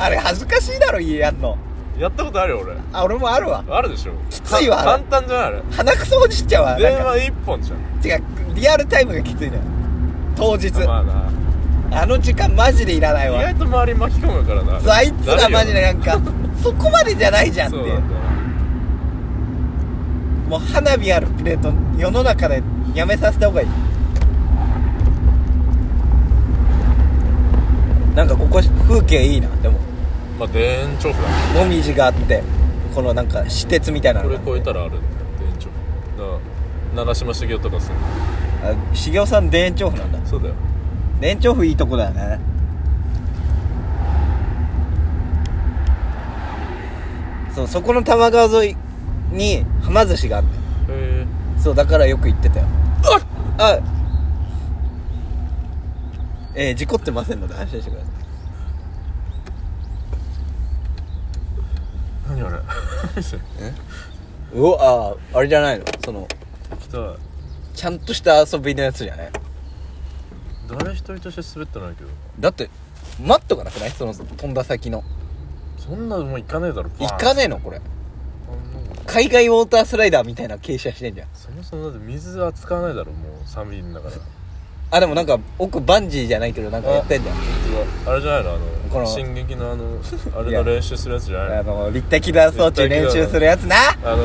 Speaker 2: あれ恥ずかしいだろ家やんの
Speaker 1: やったことあるよ俺
Speaker 2: あ俺もあるわ
Speaker 1: あるでしょ
Speaker 2: きついわ
Speaker 1: か簡単じゃないあれ
Speaker 2: 鼻くそおじっちゃうわなん
Speaker 1: 電
Speaker 2: か
Speaker 1: 話一本じゃん
Speaker 2: 違うリアルタイムがきついのよ当日
Speaker 1: まあな
Speaker 2: あの時間マジでいらない
Speaker 1: 意
Speaker 2: わ
Speaker 1: 外と周り巻き込むからな
Speaker 2: そうあいつらマジでなんかそこまでじゃないじゃんっ
Speaker 1: そ
Speaker 2: て
Speaker 1: う
Speaker 2: い
Speaker 1: な
Speaker 2: うん
Speaker 1: だよ
Speaker 2: もう花火あるプレート世の中でやめさせた方がいいなんかここ風景いいなでも
Speaker 1: まあ田園調布だね
Speaker 2: もみじがあってこのなんか私鉄みたいな
Speaker 1: こ
Speaker 2: の
Speaker 1: れ
Speaker 2: があって
Speaker 1: 越えたらあるんだよ田園調布だから長嶋茂雄とかさ
Speaker 2: あ茂雄さん田園調布なんだ
Speaker 1: そうだよ
Speaker 2: 田園調布いいとこだよねそうそこの多摩川沿いにはま寿司があって
Speaker 1: へ
Speaker 2: そうだからよく行ってたよあえー、事故ってませんので安心してください
Speaker 1: え何あれ <laughs> 店
Speaker 2: うわああれじゃないのその
Speaker 1: 来た
Speaker 2: ちゃんとした遊びのやつじゃない
Speaker 1: 誰一人として滑ってないけど
Speaker 2: だってマットがなくないその飛んだ先の
Speaker 1: そんなもう行かねえだろ
Speaker 2: 行
Speaker 1: ね
Speaker 2: かねえのこれ
Speaker 1: え
Speaker 2: 海外ウォータースライダーみたいな傾斜してんじゃん
Speaker 1: そもそもだって水は使わないだろもう寒いんだから
Speaker 2: あでもなんか奥バンジーじゃないけどなんかやってんじゃん
Speaker 1: あれじゃないのあ
Speaker 2: こ
Speaker 1: の
Speaker 2: の
Speaker 1: 進撃のあ
Speaker 2: <laughs>
Speaker 1: のあれ
Speaker 2: いや
Speaker 1: の練習するやつじゃな
Speaker 2: あ
Speaker 1: いの
Speaker 2: の立体機動装置練習するやつな
Speaker 1: あの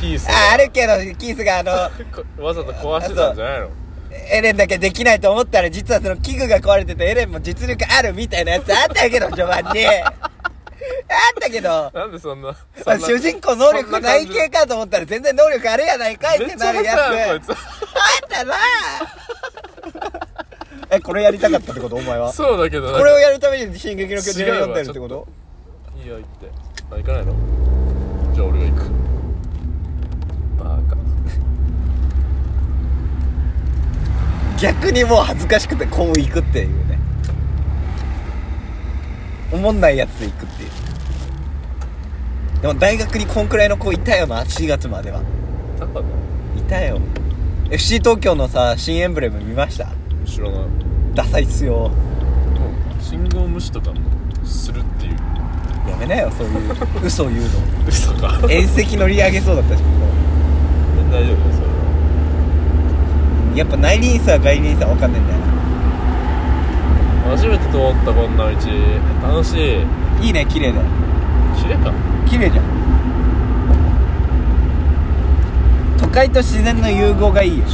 Speaker 1: キース
Speaker 2: ああるけどキースがあの
Speaker 1: どわざと壊してたんじゃないの
Speaker 2: エレンだけできないと思ったら実はその器具が壊れててエレンも実力あるみたいなやつあっ
Speaker 1: <laughs>
Speaker 2: たけど序盤にあったけど
Speaker 1: なんでそんなそ
Speaker 2: まあ
Speaker 1: んな
Speaker 2: 主人公能力ない系かと思ったら全然能力あるやないかいっ
Speaker 1: め
Speaker 2: て
Speaker 1: っちゃ
Speaker 2: なるやつ
Speaker 1: やつこい
Speaker 2: あっ
Speaker 1: <laughs>
Speaker 2: たなえこれやりたかったってことお前は
Speaker 1: つそうだけど
Speaker 2: これをやるために「進撃の巨人」を読んでるってこと
Speaker 1: いいよ行ってあ行かないのじゃあ俺が行くバカ
Speaker 2: 逆にもう恥ずかしくてこう行くっていうねおもんないやつで行くっていうでも大学にこんくらいの子いたよな4月までは
Speaker 1: だから
Speaker 2: いたよ FC 東京のさ新エンブレム見ました
Speaker 1: 知らない
Speaker 2: ダサいっす
Speaker 1: も
Speaker 2: よ
Speaker 1: う信号無視とかもするっていう
Speaker 2: やめなよそういう <laughs> 嘘を言うの
Speaker 1: 嘘か大
Speaker 2: 遠石乗り上げそうだったし
Speaker 1: <laughs> 丈夫ですよ
Speaker 2: やっぱ内輪差外輪差わかんねえんだよな
Speaker 1: 初めて通ったこんな道楽しい
Speaker 2: いいね綺麗だよ
Speaker 1: 麗か
Speaker 2: 綺麗じゃん都会と自然の融合がいいよ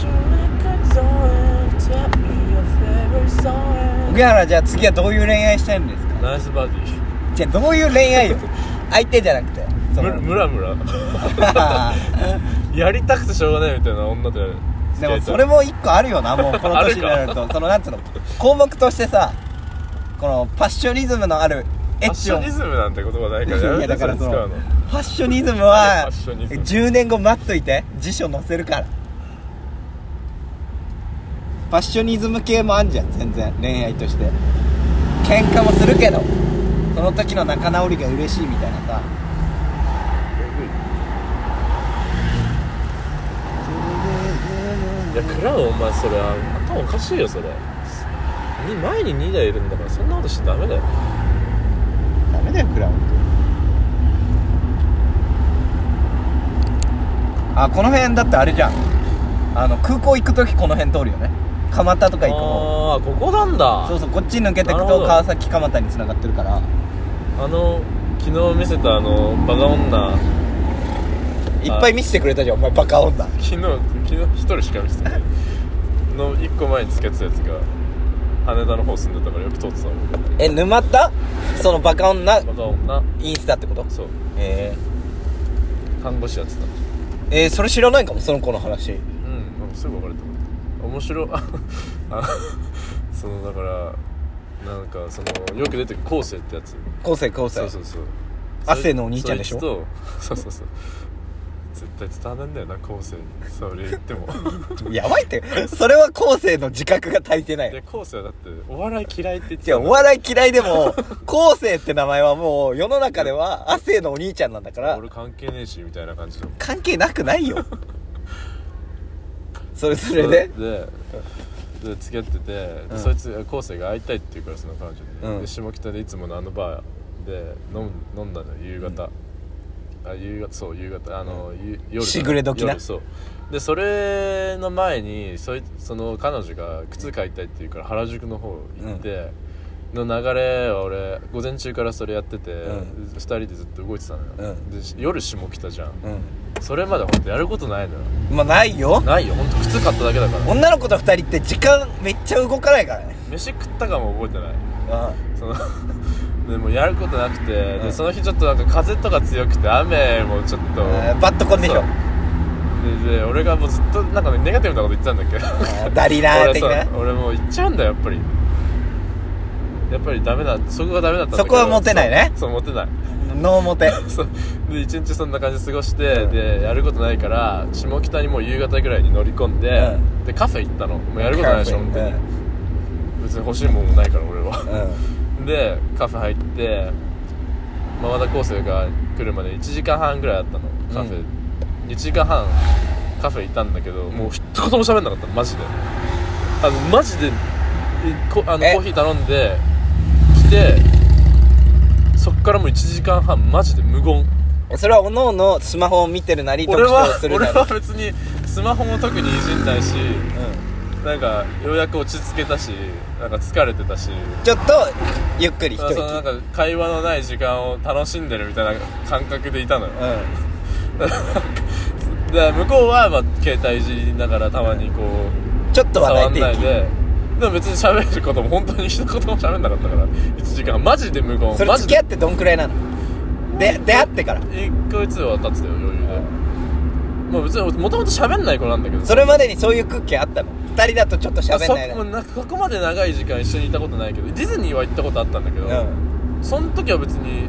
Speaker 2: 荻原じゃあ次はどういう恋愛したいんですか
Speaker 1: ナイスバディ
Speaker 2: じゃあどういう恋愛よ相手じゃなくてそ
Speaker 1: む
Speaker 2: の <laughs>
Speaker 1: ムラムラ <laughs> やりたくてしょうがないみたいな女と付き合
Speaker 2: で
Speaker 1: いたい
Speaker 2: もそれも一個あるよなもうこの年になる
Speaker 1: <laughs> あ
Speaker 2: とそのなんつうの項目としてさこのパッショニズムのあるエ
Speaker 1: パッ
Speaker 2: ッチ
Speaker 1: シ
Speaker 2: を
Speaker 1: ョニズムなんて言葉ないからや
Speaker 2: い
Speaker 1: めて
Speaker 2: やだ
Speaker 1: そ
Speaker 2: か
Speaker 1: れ
Speaker 2: ら
Speaker 1: 使
Speaker 2: そうの
Speaker 1: の
Speaker 2: ファッショニズム
Speaker 1: あ
Speaker 2: は
Speaker 1: れファッショニズム
Speaker 2: 10年後待っといて辞書載せるからファッショニズム系もあんじゃん全然恋愛として喧嘩もするけどその時の仲直りが嬉しいみたいなさ
Speaker 1: いや食らうお前それ頭おかしいよそれに前に2台いるんだからそんなことしちゃダメだよ
Speaker 2: ダメだよクラウンあこの辺だってあれじゃんあの空港行く時この辺通るよね蒲田とか行くも
Speaker 1: ああここなんだ
Speaker 2: そうそうこっち抜けてく
Speaker 1: なるほ
Speaker 2: と
Speaker 1: ど
Speaker 2: 川崎蒲田に繋がってるから
Speaker 1: あの昨日見せたあのバカ女
Speaker 2: いっぱい見せてくれたじゃんお前バカ女
Speaker 1: 昨日昨日一人しか見せてないの1個前に付き合ってたやつが羽田の方住んでたからよく通ってたもんバ
Speaker 2: え沼田そのバカ女
Speaker 1: カ女
Speaker 2: インスタってこと
Speaker 1: そう
Speaker 2: え
Speaker 1: 看護師やってた
Speaker 2: ー、えー、それ知らないかもその子の話
Speaker 1: うんなんかすぐ別れた面白い <laughs> あそのだからなんかそのよく出てくる昴生ってやつ
Speaker 2: 昴生昴
Speaker 1: そ
Speaker 2: 生
Speaker 1: うそうそう
Speaker 2: 亜生のお兄ちゃんでしょ
Speaker 1: そいつとそうそうそう絶対伝わらないんだよな昴生にそれ言って
Speaker 2: <laughs>
Speaker 1: も
Speaker 2: やばいってそれは昴生の自覚が足りてない
Speaker 1: で昴生はだってお笑い嫌いって言って
Speaker 2: 違う、お笑い嫌いでも、昴生って名前はもう、世の中では、亜生のお兄ちゃんなんだか
Speaker 1: い
Speaker 2: ら
Speaker 1: 俺、関係ねえしみたいな感じの
Speaker 2: 関係なくない <laughs> よ。それそれ
Speaker 1: で
Speaker 2: で、
Speaker 1: で付き合っててで、
Speaker 2: うん
Speaker 1: そいつ昴生が会いたいって言うからその彼女に、
Speaker 2: うん
Speaker 1: で下北でいつものあのバーで飲ん飲んだのよ夕方、あ夕方そう夕方あの、ゆ夜だね
Speaker 2: しぐれ時な
Speaker 1: 夜そうでそれの前にそいその彼女が靴買いたいって言うから原宿の方行って、の流れは俺午前中からそれやってて、
Speaker 2: うん
Speaker 1: 2人でずっと動いてたのよ、
Speaker 2: うん
Speaker 1: でし夜下北じゃん
Speaker 2: う
Speaker 1: それまで本当やることないのよ
Speaker 2: ん。まあ、ないよ。
Speaker 1: ないよ本当靴買っただけだから
Speaker 2: 女の子と二人って時間めっちゃ動かないからね。
Speaker 1: 飯食ったかも覚えてない
Speaker 2: うん。
Speaker 1: その <laughs> でもやることなくて、
Speaker 2: う
Speaker 1: で
Speaker 2: ん
Speaker 1: その日ちょっとなんか風とか強くて雨もちょっと、
Speaker 2: えーバットコンでし
Speaker 1: そう
Speaker 2: ょ。
Speaker 1: でで俺がもうずっとなんかねネガティブなこと言ってたんだっけど
Speaker 2: あーダリなー
Speaker 1: 俺
Speaker 2: 的
Speaker 1: そう
Speaker 2: な。
Speaker 1: 俺もう言っちゃうんだよやっぱりやっぱりダメだそこがダメだったんだけど
Speaker 2: そこはモテないね
Speaker 1: そうそうモテない <laughs>
Speaker 2: ノーモテ。
Speaker 1: そうで一日そんな感じで過ごして、
Speaker 2: うん
Speaker 1: でやることないから下北にもう夕方ぐらいに乗り込んで、
Speaker 2: う
Speaker 1: でカフェ行ったのもうやることないでしょ本当に、別に欲しいもんもないから俺は
Speaker 2: うん。うん
Speaker 1: でカフェ入って、まあ、和田康生が来るまで1時間半ぐらいあったのカフェ、
Speaker 2: うん
Speaker 1: 1時間半カフェいたんだけどもう一言も喋んなかったのマジであのマジでえこあの
Speaker 2: え
Speaker 1: コーヒー頼んで来てそっからもう1時間半マジで無言
Speaker 2: それはおのおのスマホを見てるなり、
Speaker 1: 俺は
Speaker 2: 読書をする
Speaker 1: 俺
Speaker 2: なり。
Speaker 1: は別にスマホも特にいじんないし
Speaker 2: うん
Speaker 1: なんかようやく落ち着けたしなんか疲れてたし
Speaker 2: ちょっと、ゆっくり一
Speaker 1: そのな
Speaker 2: 息。
Speaker 1: んか会話のない時間を楽しんでるみたいな感覚でいたのよ
Speaker 2: うん。
Speaker 1: で向こうは、まあ、携帯いじりながらたまにこう
Speaker 2: ちょっとは
Speaker 1: 触ん
Speaker 2: 泣い
Speaker 1: な
Speaker 2: て
Speaker 1: いででも別に喋ることも本当に一言も喋んなかったから1時間マジで無言
Speaker 2: それ
Speaker 1: マ
Speaker 2: 付
Speaker 1: ジ
Speaker 2: き合
Speaker 1: で
Speaker 2: ってどんくらいなので出会ってから
Speaker 1: 1ヶ月は経ってたよ余裕でまあ別にもともと喋んない子なんだけど
Speaker 2: それまでにそういう空気あったの二人だとちょっと
Speaker 1: まあ
Speaker 2: 喋んないな
Speaker 1: そこなそこまで長い時間一緒にいたことないけどディズニーは行ったことあったんだけど、
Speaker 2: うん
Speaker 1: その時は別に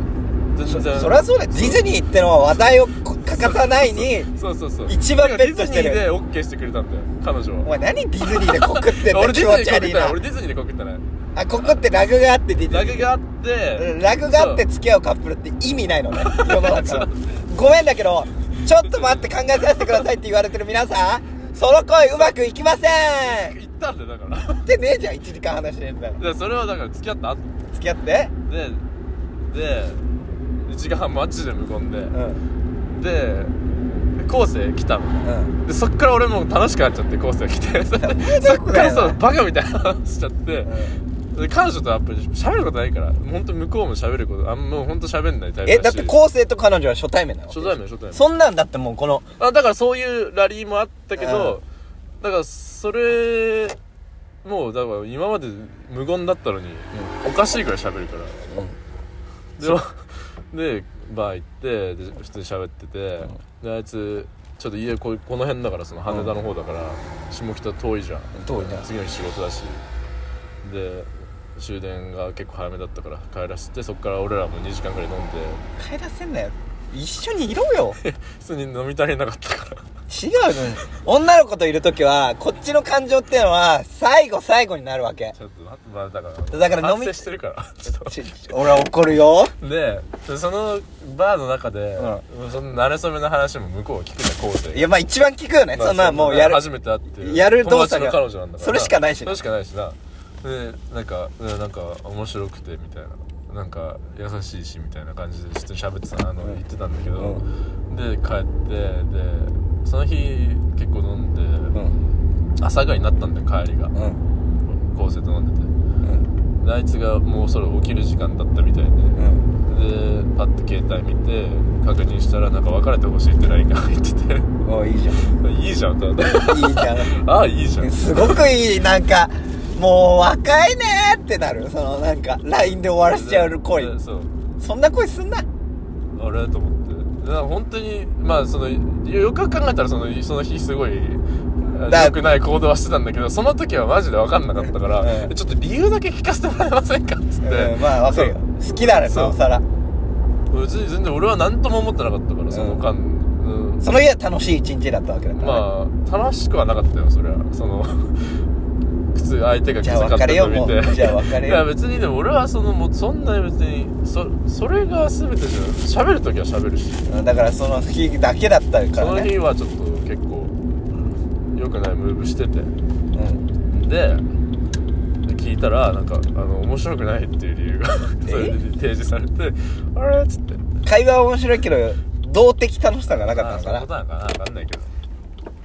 Speaker 1: 全然
Speaker 2: そりゃそうだよディズニーってのは話題をこ欠かさないに
Speaker 1: そうそうそう
Speaker 2: 一番ベットして
Speaker 1: デ
Speaker 2: る
Speaker 1: ィズニーで OK してくれたんだよ彼女は
Speaker 2: お前何ディズニーで告ってんだ
Speaker 1: 俺ディズ
Speaker 2: 気持
Speaker 1: ニー
Speaker 2: ち
Speaker 1: で告っ
Speaker 2: 悪い
Speaker 1: た
Speaker 2: な
Speaker 1: の俺ディズニーで告ったね
Speaker 2: あ告ってラグがあってディズ
Speaker 1: ラ
Speaker 2: ニ
Speaker 1: グ
Speaker 2: ー
Speaker 1: があって
Speaker 2: うんラグがあって付き合うカップルって意味ないのね世の中は <laughs> ごめんだけどちょっと待って考えさせてくださいって言われてる皆さんその恋うまくいきませ
Speaker 1: そうん言ったんだよだから <laughs> だか
Speaker 2: ってねえじゃん1時間話してんだから
Speaker 1: らそれはだから付き合った後
Speaker 2: 付き合って
Speaker 1: でで1時間半マジで無言で
Speaker 2: うん
Speaker 1: で昴生来たの
Speaker 2: うん
Speaker 1: でそっから
Speaker 2: <laughs>
Speaker 1: 俺もう楽しくなっちゃって昴生が来てそっからそうバカみたいな話しちゃって、
Speaker 2: う
Speaker 1: で彼女とやっぱり喋ることないから本当向こうも喋ることあんもう本当喋んないタイプだ
Speaker 2: え
Speaker 1: し
Speaker 2: だって昴生と彼女は初対面なの
Speaker 1: 初対面初対面
Speaker 2: そんなんだってもうこの
Speaker 1: あだからそういうラリーもあったけど、だからそれもうだから今まで無言だったのに、おかしいくらい喋るから、ででバー行ってで普通に喋ってて、であいつちょっと家ここの辺だからその羽田の方だから、下北遠いじゃん
Speaker 2: 遠いね
Speaker 1: 次の日仕事だしで終電が結構早めだったから帰らせてそっから俺らも2時間ぐらい飲んで <laughs>
Speaker 2: 帰らせんなよ一緒にいろよ違
Speaker 1: 普通に飲み足りなかったから
Speaker 2: うのよ女の子といる時はこっちの感情ってのは最後最後になるわけ
Speaker 1: ちょっと待って、まあ、だから
Speaker 2: だから飲み
Speaker 1: 反省してるから <laughs> ちょっと
Speaker 2: ち俺は怒るよ
Speaker 1: ででそのバーの中で、その馴れ初めの話も向こうは聞くじゃんこうて
Speaker 2: いやまあ一番聞くよね、そんなもうやる
Speaker 1: 初めて会って
Speaker 2: やる動作
Speaker 1: 友達
Speaker 2: が
Speaker 1: の彼女なんだから
Speaker 2: それしかないし
Speaker 1: そ
Speaker 2: な
Speaker 1: れしかないしなでなんかでなんか面白くてみたいななんか優しいしみたいな感じでちょっと喋ってたあの言ってたんだけど、
Speaker 2: う
Speaker 1: で帰ってでその日結構飲んで、
Speaker 2: うん
Speaker 1: 朝がになったんだよ帰りが
Speaker 2: うん
Speaker 1: 昴生と飲んでて
Speaker 2: うん
Speaker 1: であいつがもうそれ起きる時間だったみたいで、
Speaker 2: うん
Speaker 1: でパッと携帯見て確認したらなんか別れてほしいって LINE が入ってて <laughs>
Speaker 2: おいいじゃん
Speaker 1: いいじゃんと思って
Speaker 2: いいじゃ
Speaker 1: <laughs>
Speaker 2: ん
Speaker 1: ああいいじゃん
Speaker 2: すごくいいなんかもう若いねーってなるそのなんか LINE で終わらしちゃう
Speaker 1: で
Speaker 2: 恋
Speaker 1: でそう
Speaker 2: そんな恋すんな
Speaker 1: あれと思ってだから本当にまあそのよく考えたらそのその日すごい
Speaker 2: だ
Speaker 1: 良くない行動はしてたんだけどその時はマジで分かんなかったから、
Speaker 2: うん
Speaker 1: ちょっと理由だけ聞かせてもらえませんかっつって、
Speaker 2: うんまあわかるよ好きなら
Speaker 1: そう
Speaker 2: なおさら
Speaker 1: そう別に全然俺は何とも思ってなかったからその間、うん
Speaker 2: その日は楽しい一日だったわけだからね、
Speaker 1: まあ楽しくはなかったよそれはその <laughs> 靴相手が靴買った
Speaker 2: じゃあ別れよ
Speaker 1: の見て
Speaker 2: もうじゃあ別れよ
Speaker 1: いや別にでも俺はそのもうそんなに別にそそれが全てじゃん喋る時は喋るし
Speaker 2: うんだからその日だけだったか
Speaker 1: その
Speaker 2: らね
Speaker 1: 日はちょっと結構良くないムーブしててで
Speaker 2: うん
Speaker 1: で聞いたらなんかあの面白くないっていう理由がそれで提示されてあれっつって
Speaker 2: 会話は面白いけど動的楽しさがな
Speaker 1: あ
Speaker 2: かったのか
Speaker 1: ーそういうこ
Speaker 2: な
Speaker 1: となのかな分かんないけど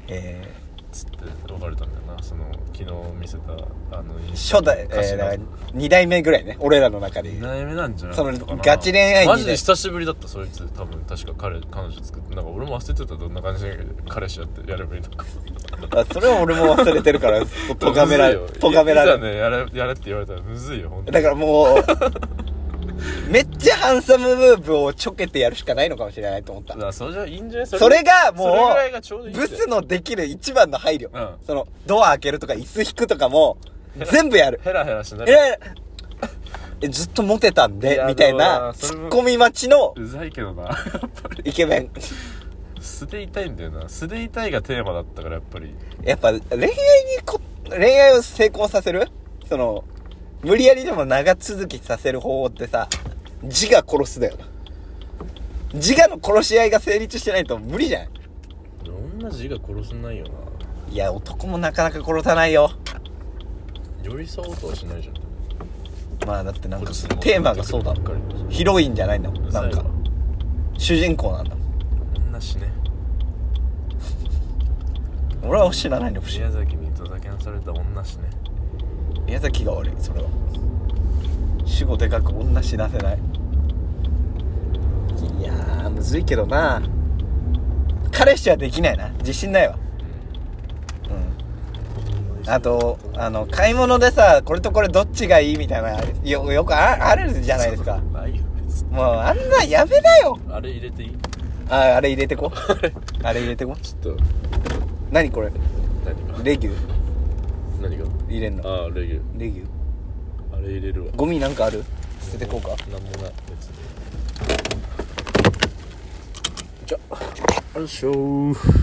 Speaker 2: え
Speaker 1: つって別れたんだよなその昨日見せたあの
Speaker 2: ー初代、え
Speaker 1: 歌詞
Speaker 2: ー、
Speaker 1: の
Speaker 2: だ2代目ぐらいね俺らの中で言う
Speaker 1: 悩みなんじゃない
Speaker 2: そのガチ恋愛にね
Speaker 1: マジで久しぶりだったそいつ多分確か彼彼女作ってなんか俺も忘れてたどんな感じで彼氏やってやればいいのか
Speaker 2: あそれは俺も忘れてるからとがめられ
Speaker 1: むずいよ
Speaker 2: とがめられ
Speaker 1: いざねやれやれって言われたらむずいよ本当に
Speaker 2: だからもうめっちゃハンサムムーブをちょけてやるしかないのかもしれないと思った
Speaker 1: だからそれじゃいいんじゃない
Speaker 2: それがもう
Speaker 1: それぐらいがちょうどいいんだ
Speaker 2: ブ
Speaker 1: よ
Speaker 2: スのできる一番の配慮、
Speaker 1: うん
Speaker 2: そのドア開けるとか椅子引くとかも全部やる
Speaker 1: ヘラヘラしな
Speaker 2: え
Speaker 1: がら
Speaker 2: えずっとモテたん
Speaker 1: い
Speaker 2: で
Speaker 1: や
Speaker 2: みたい
Speaker 1: でも
Speaker 2: な
Speaker 1: なそ
Speaker 2: ツ
Speaker 1: れも
Speaker 2: ッコミ待ちの
Speaker 1: うざいけどなやっぱり
Speaker 2: イケメン
Speaker 1: <laughs> 素で痛いんだよな素で痛いがテーマだったからやっぱり
Speaker 2: やっぱ恋愛にこ恋愛を成功させるその無理やりでも長続きさせる方法ってさ自我殺すだよな自我の殺し合いが成立してないと無理じゃん
Speaker 1: 女字が殺せないよ
Speaker 2: いや男もなかなか殺さないよ
Speaker 1: な寄り添おうとはしないじゃん
Speaker 2: まあだってなんか
Speaker 1: こっちも
Speaker 2: テーマがそうだも
Speaker 1: ばっか
Speaker 2: ん
Speaker 1: り
Speaker 2: ヒロインじゃないんだもん
Speaker 1: う
Speaker 2: な
Speaker 1: ざ
Speaker 2: ん
Speaker 1: いわ
Speaker 2: か主人公なんだもん
Speaker 1: 女死ね
Speaker 2: 俺は知らないんだよ
Speaker 1: 宮崎にドタキャンされた女死ね
Speaker 2: 宮崎が悪いそれは主語でかく女死なせないいやーむずいけどな彼氏はできないな自信ないわうんあとあの買い物でさこれとこれどっちがいいみたいなよよくああるじゃないですか
Speaker 1: ないよ別に
Speaker 2: もうあんなんやめなよ
Speaker 1: あれ入れていい
Speaker 2: ああれ入れてこあれ入れてこ
Speaker 1: ちょっと
Speaker 2: 何これ
Speaker 1: 何が
Speaker 2: レギュ
Speaker 1: 何が
Speaker 2: 入れんの
Speaker 1: ああレギュ
Speaker 2: レギュ
Speaker 1: あれ入れるわ
Speaker 2: ゴミなんかある捨ててこうか
Speaker 1: なんもない別にじゃあよいしょー